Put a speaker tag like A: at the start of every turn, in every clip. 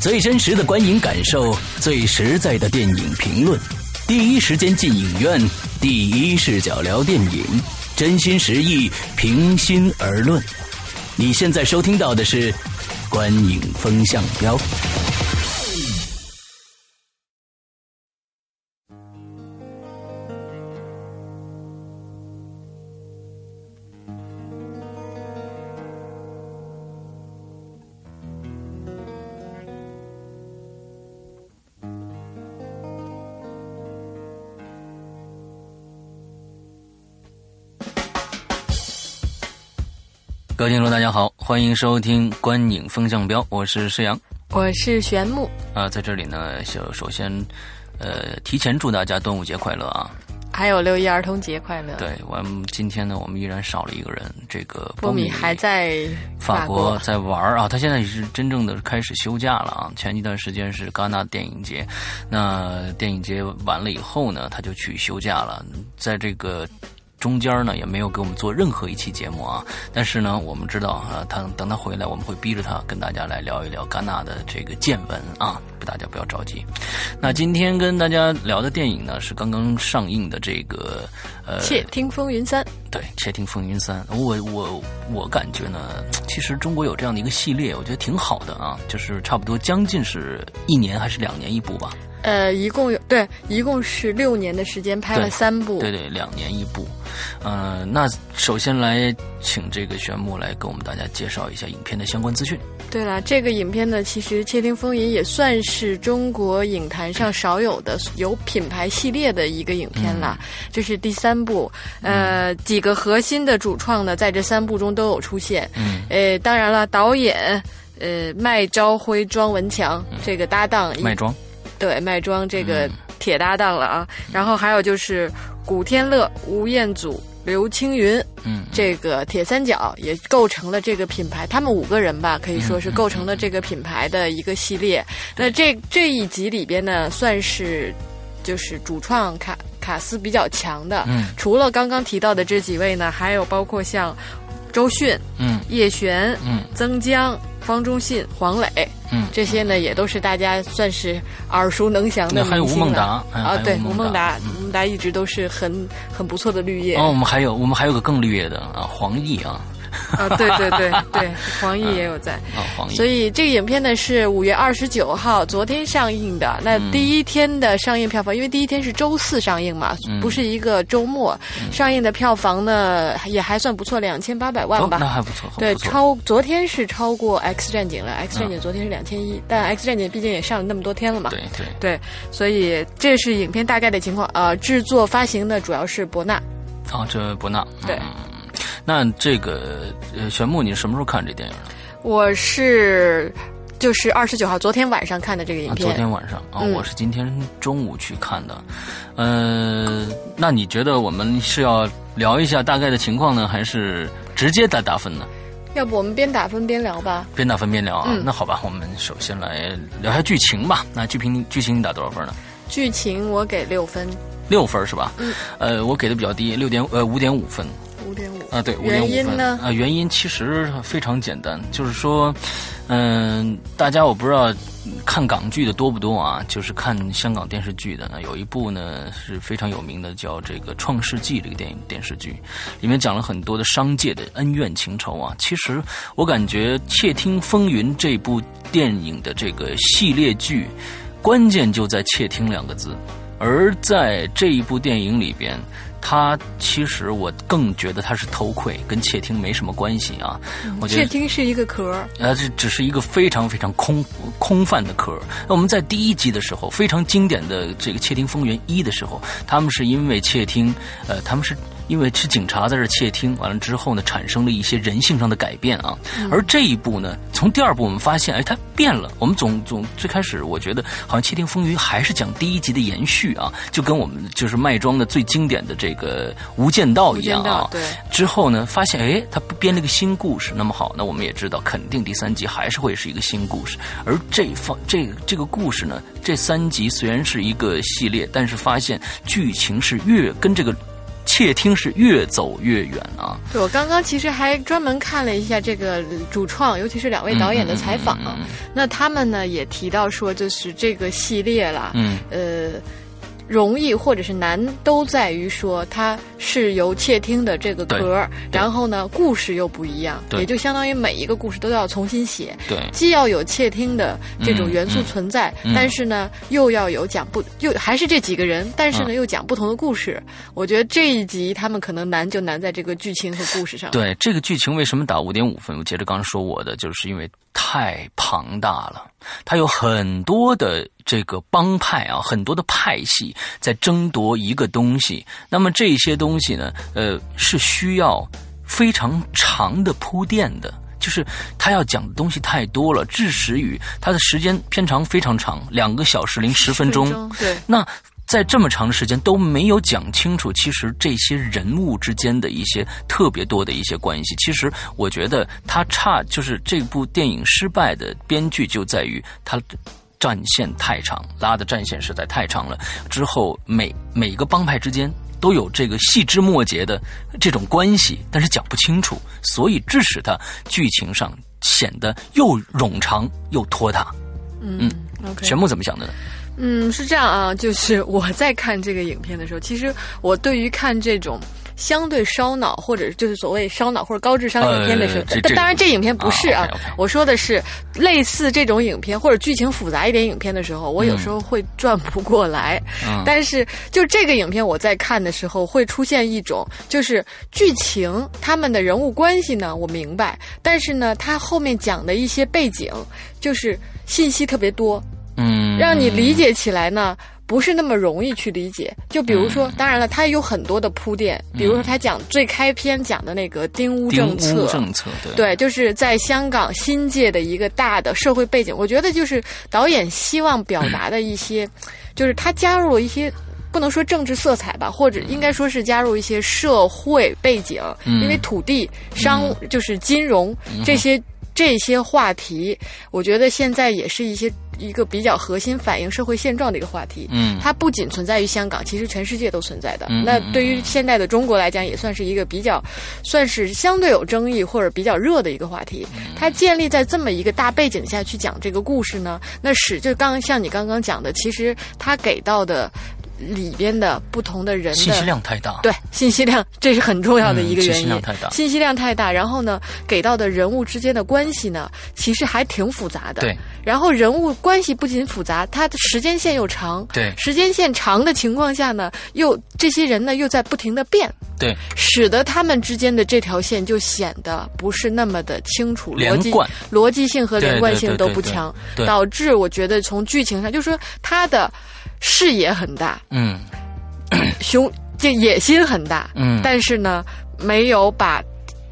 A: 最真实的观影感受，最实在的电影评论，第一时间进影院，第一视角聊电影，真心实意，平心而论。你现在收听到的是《观影风向标》。各位听众，大家好，欢迎收听《观影风向标》，我是施阳。
B: 我是玄木
A: 啊、在这里呢，首首先，呃，提前祝大家端午节快乐啊！
B: 还有六一儿童节快乐。，
A: 对，我们今天呢，我们依然少了一个人，这个
B: 波米还在
A: 法
B: 国，
A: 国在玩儿啊，他现在是真正的开始休假了啊。前一段时间是戛纳电影节，那电影节完了以后呢，他就去休假了，在这个。中间呢也没有给我们做任何一期节目啊，但是呢，我们知道啊，他等他回来，我们会逼着他跟大家来聊一聊戛纳的这个见闻啊，大家不要着急。那今天跟大家聊的电影呢是刚刚上映的这个呃
B: 窃听风云三，
A: 对，《窃听风云三》我，我我感觉呢，其实中国有这样的一个系列，我觉得挺好的啊，就是差不多将近是一年还是两年一部吧，
B: 呃，一共有对，一共是六年的时间拍
A: 对
B: 了三部。
A: 对对，两年一部。呃，那首先来请这个玄牧来给我们大家介绍一下影片的相关资讯。
B: 对了，这个影片呢，其实《窃听风云》也算是中国影坛上少有的有品牌系列的一个影片了。
A: 嗯
B: 这是第三部，呃，几个核心的主创呢，在这三部中都有出现。
A: 嗯，
B: 呃，当然了，导演。呃，麦朝辉、庄文强这个搭档一
A: 嗯麦庄，
B: 对麦庄这个
A: 嗯
B: 铁搭档了啊。然后还有就是古天乐、吴彦祖、刘青云
A: 嗯，
B: 这个铁三角也构成了这个品牌，他们五个人吧，可以
A: 嗯
B: 说是构成了这个品牌的一个系列。那这这一集里边呢，算是就是主创卡卡斯比较强的。
A: 嗯
B: 除了刚刚提到的这几位呢，还有包括像周迅、
A: 嗯
B: 叶璇、
A: 嗯
B: 曾江、方中信、黄磊，
A: 嗯，
B: 这些呢也都是大家算是耳熟能详
A: 那
B: 的
A: 还有
B: 明
A: 吴
B: 星
A: 孟
B: 了
A: 达嗯还
B: 啊，
A: 有
B: 对，
A: 吴
B: 吴
A: 孟
B: 孟
A: 达
B: 达，吴孟达一直都是很很不错的绿叶
A: 哦，我们还有我们还有个更绿叶的啊，黄奕啊，
B: 啊，对对对对，黄奕也有在。
A: 啊黄奕，
B: 所以这个影片呢是五月二十九号昨天上映
A: 嗯
B: 的。那第一天的上映票房，因为第一天是周四上映嘛，
A: 嗯
B: 不是一个周末、上映的票房呢也还算不错，两千八百万
A: 哦
B: 吧。
A: 那还不错，很
B: 对，
A: 不错嗯
B: 超昨天是超过《X 战警》了，《X 战警》昨天是两千一，但《X 战警》毕竟也上了那么多天了嘛。
A: 对对，
B: 对所以这是影片大概的情况。呃，制作发行呢主要是博纳。
A: 啊，这伯纳，
B: 对
A: 嗯那这个呃，玄牧，你什么时候看这电影啊的？
B: 我是就是二十九号昨天晚上看的这个影
A: 啊，昨
B: 片。
A: 天晚上啊，
B: 嗯
A: 我是今天中午去看的。呃，那你觉得我们是要聊一下大概的情况呢，还是直接打打分呢？
B: 要不我们边打分边聊吧？
A: 边打分边聊啊。
B: 嗯
A: 那好吧，我们首先来聊一下剧情吧。那剧评剧情你打多少分呢？
B: 剧情我给六分，
A: 六分是吧？嗯。呃，我给的比较低，六点呃五点五分。
B: 五点五。
A: 啊，对，五点
B: 原
A: 五
B: 因
A: 分
B: 呢
A: 啊、原因其实非常简单，就是说，嗯、大家我不知道看港剧的多不多啊，就是看香港电视剧的呢，有一部呢是非常有名的，叫这个《创世纪》这个电影电视剧，里面讲了很多的商界的恩怨情仇啊。其实我感觉《窃听风云》这部电影的这个系列剧，关键就在“窃听”两个字。而在这一部电影里边，它其实我更觉得它是偷窥，跟窃听没什么关系啊。我觉
B: 窃
A: 得
B: 听是一个壳儿，
A: 呃，这只是一个非常非常空空泛的壳儿。那我们在第一集的时候，非常经典的这个《窃听风云一》的时候，他们是因为窃听，呃，他们是因为是警察在这窃听，完了之后呢，产生了一些人性上的改变啊。
B: 嗯
A: 而这一步呢，从第二部我们发现，哎，它变了。我们总总最开始我觉得好像《窃听风云》还是讲第一集的延续啊，就跟我们就是麦庄的最经典的这个《无间道》
B: 无
A: 一
B: 间
A: 样啊
B: 道。对。
A: 之后呢，发现哎，他编了个新故事，那么好，那我们也知道，肯定第三集还是会是一个新故事。而这方这这个故事呢，这三集虽然是一个系列，但是发现剧情是越跟这个。《窃窃听是越走越远啊。
B: 对，我刚刚其实还专门看了一下这个主创，尤其是两位导演的采访。啊
A: 嗯嗯嗯
B: 那他们呢也提到说，就是这个系列啦，
A: 嗯
B: 呃，容易或者是难都在于说它是由窃听的这个壳儿，
A: 对
B: 然后呢故事又不一样，
A: 对
B: 也就相当于每一个故事都要重新写，
A: 对，
B: 既要有窃听的这种元素存在，
A: 嗯嗯
B: 但是呢，又要有讲不又还是这几个人，但是呢、
A: 嗯
B: 又讲不同的故事。我觉得这一集他们可能难就难在这个剧情和故事上。，
A: 对这个剧情为什么打五点五分？我接着刚刚说我的，就是因为太庞大了，它有很多的这个帮派啊，很多的派系在争夺一个东西。那么这些东西呢，呃，是需要非常长的铺垫的。就是他要讲的东西太多了，致使于他的时间片长非常长，两个小时零十分钟。
B: 对，
A: 那在这么长的时间都没有讲清楚，其实这些人物之间的一些特别多的一些关系。其实我觉得他差，就是这部电影失败的编剧就在于他。战线太长，拉的战线实在太长了。之后每每个帮派之间都有这个细枝末节的这种关系，但是讲不清楚，所以致使它剧情上显得又冗长又拖沓。
B: 嗯，OK，
A: 全部怎么想的呢？
B: 嗯，是这样啊，就是我在看这个影片的时候，其实我对于看这种。相对烧脑，或者就是所谓烧脑或者高智商影片的时候
A: 呃，这
B: 但
A: 这
B: 当然这影片不是啊，
A: 啊，OK，OK
B: 我说的是类似这种影片或者剧情复杂一点影片的时候，我有时候会转不过来。
A: 嗯
B: 但是就这个影片我在看的时候，会出现一种就是剧情他们的人物关系呢，我明白，但是呢，他后面讲的一些背景就是信息特别多，
A: 嗯，
B: 让你理解起来呢。不是那么容易去理解，就比如
A: 嗯
B: 说，当然了，它有很多的铺垫，比如说他讲最开篇讲的那个丁屋
A: 丁
B: 政策啊
A: 屋，政策，对
B: 对，就是在香港新界的一个大的社会背景，我觉得就是导演希望表达的一些， 就是他加入了一些。不能说政治色彩吧，或者应该说是加入一些社会背景，
A: 嗯
B: 因为土地、商、就是金融这些这些话题，我觉得现在也是一些一个比较核心反映社会现状的一个话题。
A: 嗯
B: 它不仅存在于香港，其实全世界都存在的。
A: 嗯
B: 那对于现代的中国来讲，也算是一个比较，算是相对有争议或者比较热的一个话题。
A: 嗯
B: 它建立在这么一个大背景下去讲这个故事呢，那使就刚像你刚刚讲的，其实它给到的里边的不同的人的
A: 信息量太大，
B: 对，信息量这是很重要的一个
A: 嗯
B: 原因。
A: 信息量太大
B: 信息量太大然后呢，给到的人物之间的关系呢，其实还挺复杂的。
A: 对。
B: 然后人物关系不仅复杂，它的时间线又长。
A: 对
B: 时间线长的情况下呢，又这些人呢又在不停的变，
A: 对
B: 使得他们之间的这条线就显得不是那么的清楚，逻
A: 连
B: 辑
A: 贯
B: 逻辑性和连贯性都
A: 对对对
B: 不
A: 对对
B: 强，
A: 对
B: 导致我觉得从剧情上，就是说他的视野很大，
A: 嗯
B: 雄这野心很大，
A: 嗯，
B: 但是呢，没有把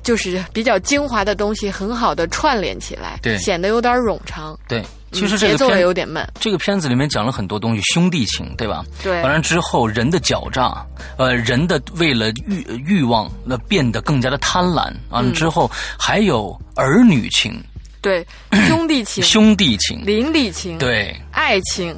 B: 就是比较精华的东西很好的串联起来，
A: 对
B: 显得有点冗长。
A: 对，其
B: 嗯
A: 实这
B: 节
A: 个
B: 奏也
A: 片
B: 有点慢，
A: 这个片子里面讲了很多东西，兄弟情，对吧？
B: 对
A: 完了之后，人的狡诈，呃，人的为了欲欲望，那变得更加的贪婪。完
B: 嗯
A: 了之后，还有儿女情、
B: 对， 兄弟情、
A: 兄弟情，
B: 邻里情、
A: 对，
B: 爱情、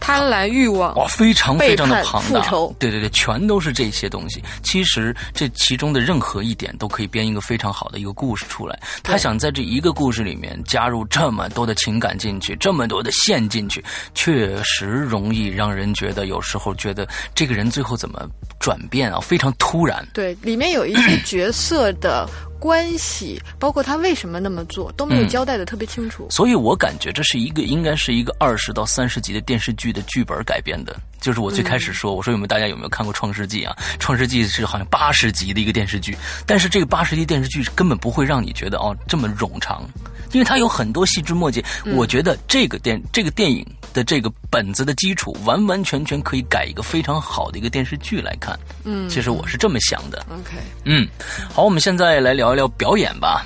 B: 贪婪欲望，
A: 哇，非常非常的
B: 背叛
A: 庞大
B: 复仇，
A: 对对对，全都是这些东西。其实这其中的任何一点都可以编一个非常好的一个故事出来。他想在这一个故事里面加入这么多的情感进去，这么多的线进去，确实容易让人觉得有时候觉得这个人最后怎么转变啊，非常突然。
B: 对，里面有一些角色的关系，包括他为什么那么做，都没有
A: 嗯
B: 交代的特别清楚。
A: 所以我感觉这是一个应该是一个二十到三十集的电视剧的剧本改编的。就是我最开始说，我说有没有大家有没有看过《创世纪》啊？《创世纪》是好像八十集的一个电视剧，但是这个八十集电视剧根本不会让你觉得哦这么冗长，因为它有很多细枝末节。我觉得这个电这个电影的这个本子的基础，完完全全可以改一个非常好的一个电视剧来看。嗯，其实我是这么想的。
B: OK，
A: 嗯，好，我们现在来聊一聊表演吧。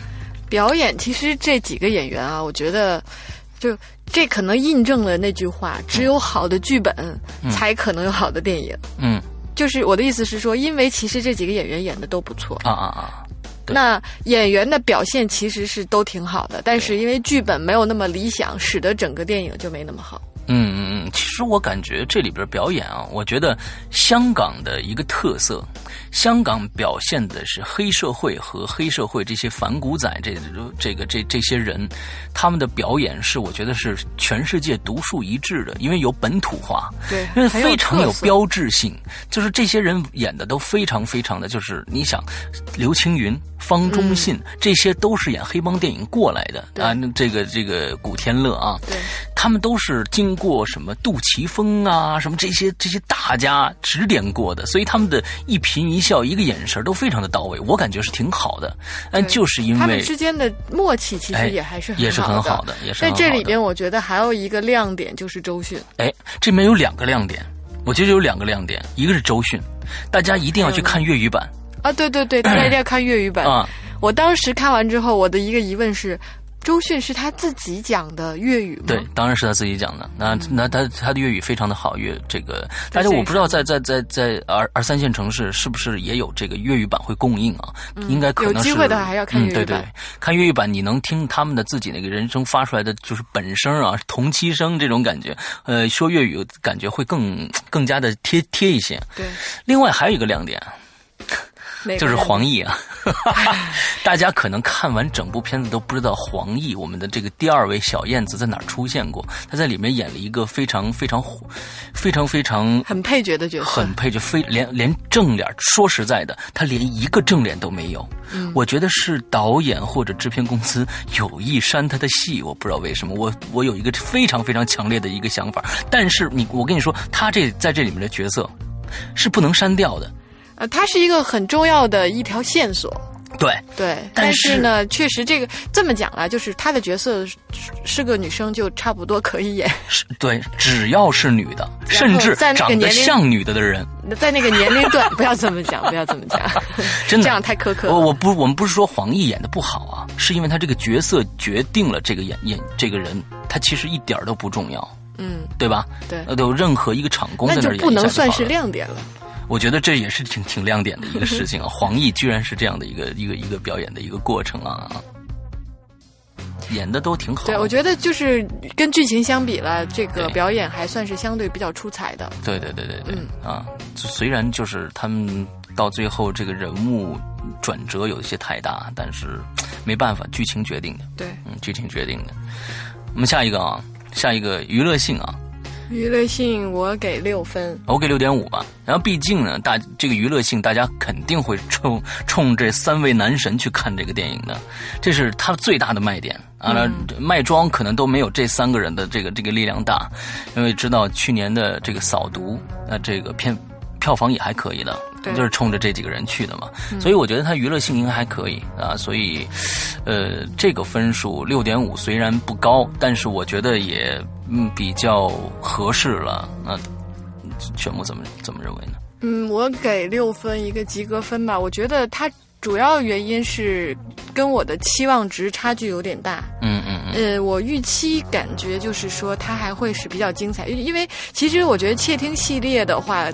B: 表演其实这几个演员啊，我觉得就这可能印证了那句话：只有好的剧本，才可能有好的电影。
A: 嗯，
B: 就是我的意思是说，因为其实这几个演员演的都不错，
A: 啊啊啊，对
B: 那演员的表现其实是都挺好的，但是因为剧本没有那么理想，使得整个电影就没那么好。
A: 嗯嗯嗯，其实我感觉这里边表演啊，我觉得香港的一个特色，香港表现的是黑社会和黑社会这些反骨仔这这个这这些人，他们的表演是我觉得是全世界独树一帜的，因为有本土 化，
B: 对，
A: 因为
B: 很
A: 非常
B: 特
A: 有
B: 色
A: 标志性，就是这些人演的都非常非常的，就是你想，刘青云、方中信、这些都是演黑帮电影过来的
B: 嗯对
A: 啊，那这个这个古天乐啊，
B: 对
A: 他们都是经过什么杜琪峰啊，什么这些这些大家指点过的，所以他们的一颦一笑、一个眼神都非常的到位，我感觉是挺好的，但
B: 对
A: 就是因
B: 他们
A: 为
B: 之间的默契其
A: 哎
B: 实也还是
A: 也是很
B: 好
A: 好的，也是
B: 在
A: 很
B: 这
A: 好
B: 里
A: 的
B: 边，我觉得还有一个亮点就是周迅，
A: 哎，这里面有两个亮点，我觉得有两个亮点，一个是周迅，大家一定要去看粤语版
B: 啊，对对对，大家一定要看粤语版。
A: 啊、
B: 我当时看完之后，我的一个疑问是，周迅是他自己讲的粤语吗？
A: 对，当然是他自己讲的。
B: 嗯
A: 那、那他他的粤语非常的好，粤这个大家
B: 这
A: 我不知道
B: 一
A: 在在在在二二三线城市是不是也有这个粤语版会供应啊？应该可能是
B: 嗯有机会的话还要看粤语版
A: 嗯、对对，看粤语版你能听他们的自己那个人声发出来的就是本声啊，同期声这种感觉。呃，说粤语感觉会更更加的贴贴一些。
B: 对，
A: 另外还有一个亮点
B: 哪个
A: 就是
B: 亮
A: 黄奕啊， 大家可能看完整部片子都不知道黄奕，我们的这个第二位小燕子在哪儿出现过？她在里面演了一个非常非常火非常非常
B: 很配角的角色，
A: 很配角，非连连正脸，说实在的，她连一个正脸都没有。我觉得是导演或者制片公司有意删她的戏，我不知道为什么。我我有一个非常非常强烈的一个想法，但是你我跟你说，她这在这里面的角色是不能删掉的。
B: 呃，它是一个很重要的一条线索。
A: 对，
B: 对，
A: 但
B: 但
A: 是
B: 是呢，确实这个这么讲啦，就是她的角色是是个女生，就差不多可以演。
A: 是对，只要是女的，
B: 然
A: 甚
B: 后
A: 至
B: 在那个
A: 长得
B: 年龄
A: 像女的的人，
B: 在那个年龄段，不要这么讲，不要这么讲，
A: 真的
B: 这样太苛刻
A: 我
B: 了。
A: 我不我们不是说黄奕演的不好啊，是因为他这个角色决定了这个演演这个人，他其实一点儿都不重要，
B: 嗯，
A: 对吧？
B: 对，
A: 呃，有任何一个场工在
B: 那
A: 那
B: 就
A: 儿演
B: 不
A: 一下
B: 能
A: 就
B: 算
A: 好
B: 是
A: 了
B: 亮点了。
A: 我觉得这也是挺挺亮点的一个事 情啊。黄奕居然是这样的一个一个一个表演的一个过程啊，啊演的都挺好。
B: 对，我觉得就是跟剧情相比了，这个
A: 对
B: 表演还算是相对比较出彩的。
A: 对对对对对，
B: 嗯
A: 啊，虽然就是他们到最后这个人物转折有一些太大，但是没办法，剧情决定的，
B: 对，
A: 嗯，剧情决定的。我们下一个啊，下一个娱乐性啊，
B: 娱乐性我给六分。
A: 我给六点五吧。然后毕竟呢，大这个娱乐性，大家肯定会冲冲这三位男神去看这个电影的，这是它最大的卖点啊。卖妆可能都没有这三个人的这个这个力量大，因为知道去年的这个扫毒，呃，这个片票房也还可以的。
B: 对
A: 就是冲着这几个人去的嘛，所以我觉得它娱乐性应该还可以啊，所以，呃，这个分数六点五虽然不高，但是我觉得也嗯比较合适了。那全部怎么怎么认为呢？
B: 嗯，我给六分一个及格分吧。我觉得它主要原因是跟我的期望值差距有点大。
A: 嗯嗯嗯，
B: 呃，我预期感觉就是说它还会是比较精彩，因因为其实我觉得窃听系列的话。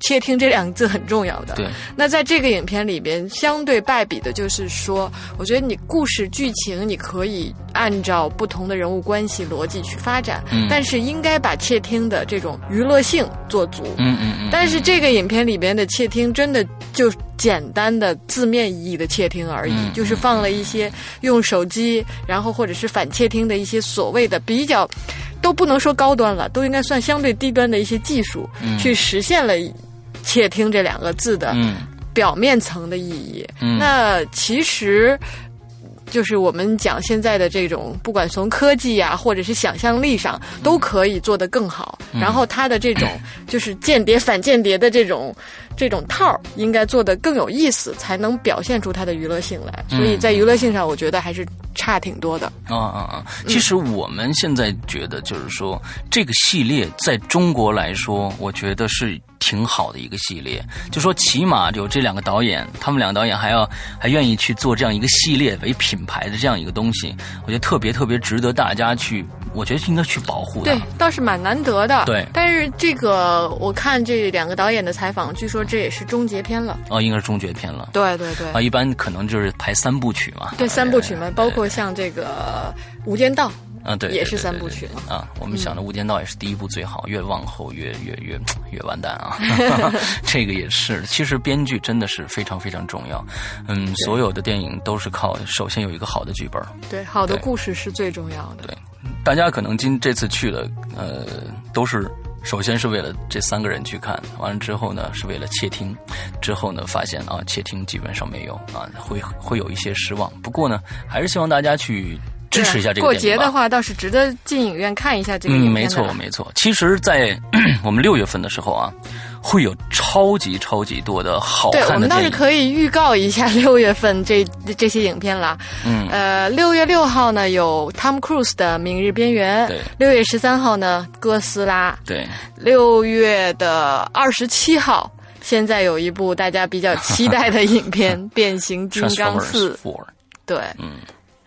B: 窃听这两个字很重要的。
A: 对，
B: 那在这个影片里边，相对败笔的就是说，我觉得你故事剧情你可以按照不同的人物关系逻辑去发展，
A: 嗯
B: 但是应该把窃听的这种娱乐性做足。
A: 嗯嗯嗯，
B: 但是这个影片里边的窃听，真的就简单的字面意义的窃听而已，
A: 嗯
B: 就是放了一些用手机，然后或者是反窃听的一些所谓的比较，都不能说高端了，都应该算相对低端的一些技术，去实现了窃听这两个字的
A: 嗯
B: 表面层的意义。
A: 嗯
B: 那其实。就是我们讲现在的这种，不管从科技啊，或者是想象力上，都可以做得更好。
A: 嗯
B: 然后它的这种就是间谍反间谍的这种这种套儿，应该做得更有意思，才能表现出它的娱乐性来。
A: 嗯
B: 所以在娱乐性上，我觉得还是差挺多的。
A: 啊啊啊！其实我们现在觉得，就是说这个系列在中国来说，我觉得是挺好的一个系列。就说起码有这两个导演，他们两个导演还要还愿意去做这样一个系列为品牌的这样一个东西，我觉得特别特别值得大家去，我觉得应该去保护的
B: 对。，倒是蛮难得的。
A: 对
B: 但是这个我看这两个导演的采访，据说这也是终结篇了。
A: 哦，应该是终结篇了。
B: 对对对。
A: 啊，一般可能就是排三部曲嘛。
B: 对三部曲嘛，包
A: 对
B: 括像这个《无间道》
A: 啊，对，
B: 也是
A: 对对
B: 三
A: 对
B: 部
A: 对
B: 曲嗯嘛
A: 啊。我们想的《无间道》也是第一部最好，越往后越越越越完蛋 啊。这个也是，其实编剧真的是非常非常重要。嗯，所有的电影都是靠首先有一个好的剧本儿。
B: 对，好的
A: 对
B: 故事是最重要的。啊
A: 大家可能今这次去了，呃，都是首先是为了这三个人去看，完了之后呢，是为了窃听，之后呢，发现啊，窃听基本上没有啊，会会有一些失望。不过呢，还是希望大家去支持一下这个
B: 对啊过
A: 电影
B: 节
A: 吧
B: 的话，倒是值得进影院看一下这个影
A: 嗯，
B: 片的。
A: 没错，没错。其实在， 我们六月份的时候啊，会有超级超级多的好
B: 对，我
A: 看的
B: 们倒
A: 电
B: 是
A: 影。
B: 可以预告一下 六月份这这些影片啦。
A: 嗯
B: 呃，六月六号呢有 Tom Cruise 的《明日边缘》
A: 对，
B: 六月十三号呢哥斯拉，
A: 对，
B: 六月的二十七号。现在有一部大家比较期待的影 片《变形金刚
A: Transformers
B: 四》，
A: Four，
B: 对，
A: 嗯，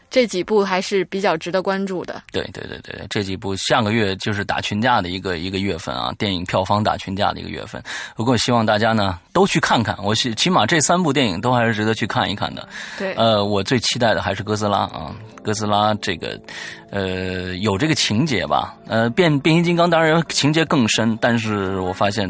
B: 这几部还是比较值得关注的。
A: 对对对对，这几部下个月就是打群架的一个一个月份啊，电影票房打群架的一个月份。不过希望大家呢都去看看，我起起码这三部电影都还是值得去看一看的。
B: 对，
A: 呃，我最期待的还是哥斯拉啊，哥斯拉这个，呃，有这个情节吧？呃，变变形金刚当然情节更深，但是我发现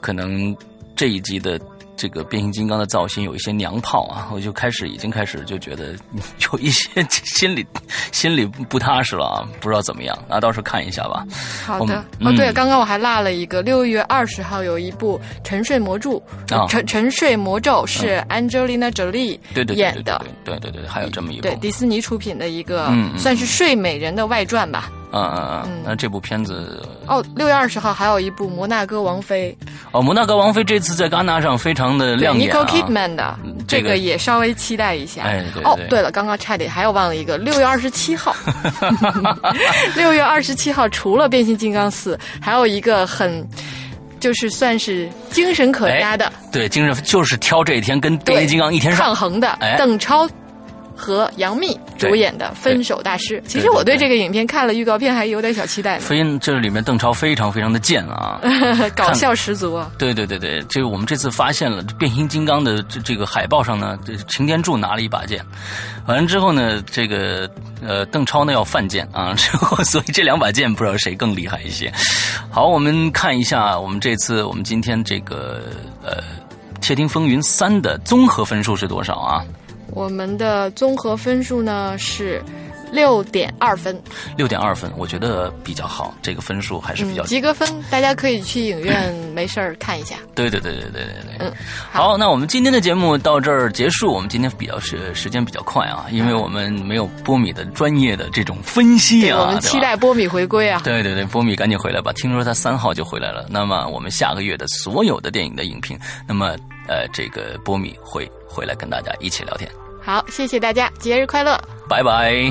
A: 可能这一季的。这个变形金刚的造型有一些娘炮啊，我就开始已经开始就觉得 有一些心里心里不踏实了啊，不知道怎么样，那到时候看一下吧。
B: 好
A: 我们
B: 的。哦，对，
A: 嗯
B: 刚刚我还落了一个，六月二十号有一部《沉睡魔咒》，
A: 啊
B: 呃沉沉睡魔
A: 嗯
B: 咒》是 Angelina Jolie
A: 对对对
B: 演
A: 对
B: 的，
A: 对对对对，还有这么一部，
B: 对，迪士尼出品的一个
A: 嗯嗯
B: 算是睡美人的外传吧。
A: 嗯嗯嗯，那这部片子
B: 哦，六月二十号还有一部《摩纳哥王妃
A: 哦，摩纳哥王妃这次在戛纳上非常的》亮眼啊
B: ，Nicole Kidman 的
A: 嗯，这
B: 这
A: 个
B: 个也稍微期待一下。
A: 哎对
B: 哦
A: 对，
B: 对了，刚刚差点还有忘了一个，六月二十 七号， 六月二十七号除了《变形金刚四》，还有一个很。就是算是精神可嘉的、
A: 对，精神就是挑这一天跟变
B: 对
A: 形金刚一天上
B: 抗。衡的，
A: 哎
B: 邓超和杨幂主演的《分手大师》。其实我对这个影片看了预告片，还有点小期待呢，
A: 飞，这里面邓超非常非常的贱啊！
B: 嗯 搞笑十足啊！
A: 对对对对，这个我们这次发现了这变形金刚的这这个海报上呢，这擎天柱拿了一把剑，完了之后呢，这个呃邓超呢要犯贱啊， 之后所以这两把剑不知道谁更厉害一些。好，我们看一下我们这次我们今天这个呃《窃听风云三》的综合分数是多少啊？
B: 我们的综合分数呢是六点二分，
A: 六点二分，我觉得比较好，这个分数还是比较
B: 嗯，及格分，大家可以去影院没事儿看一下。
A: 对对对对对对对。
B: 嗯
A: 好，那我们今天的节目到这儿结束。我们今天比较是时间比较快啊，因为我们没有波米的专业的这种分析
B: 对，
A: 啊，
B: 我们
A: 对吧
B: 期待波米回归啊！
A: 对对对，波米赶紧回来吧！听说他三号就回来了。那么我们下个月的所有的电影的影评，那么呃，这个波米会回来跟大家一起聊天。
B: 好，谢谢大家，节日快乐！
A: 拜拜。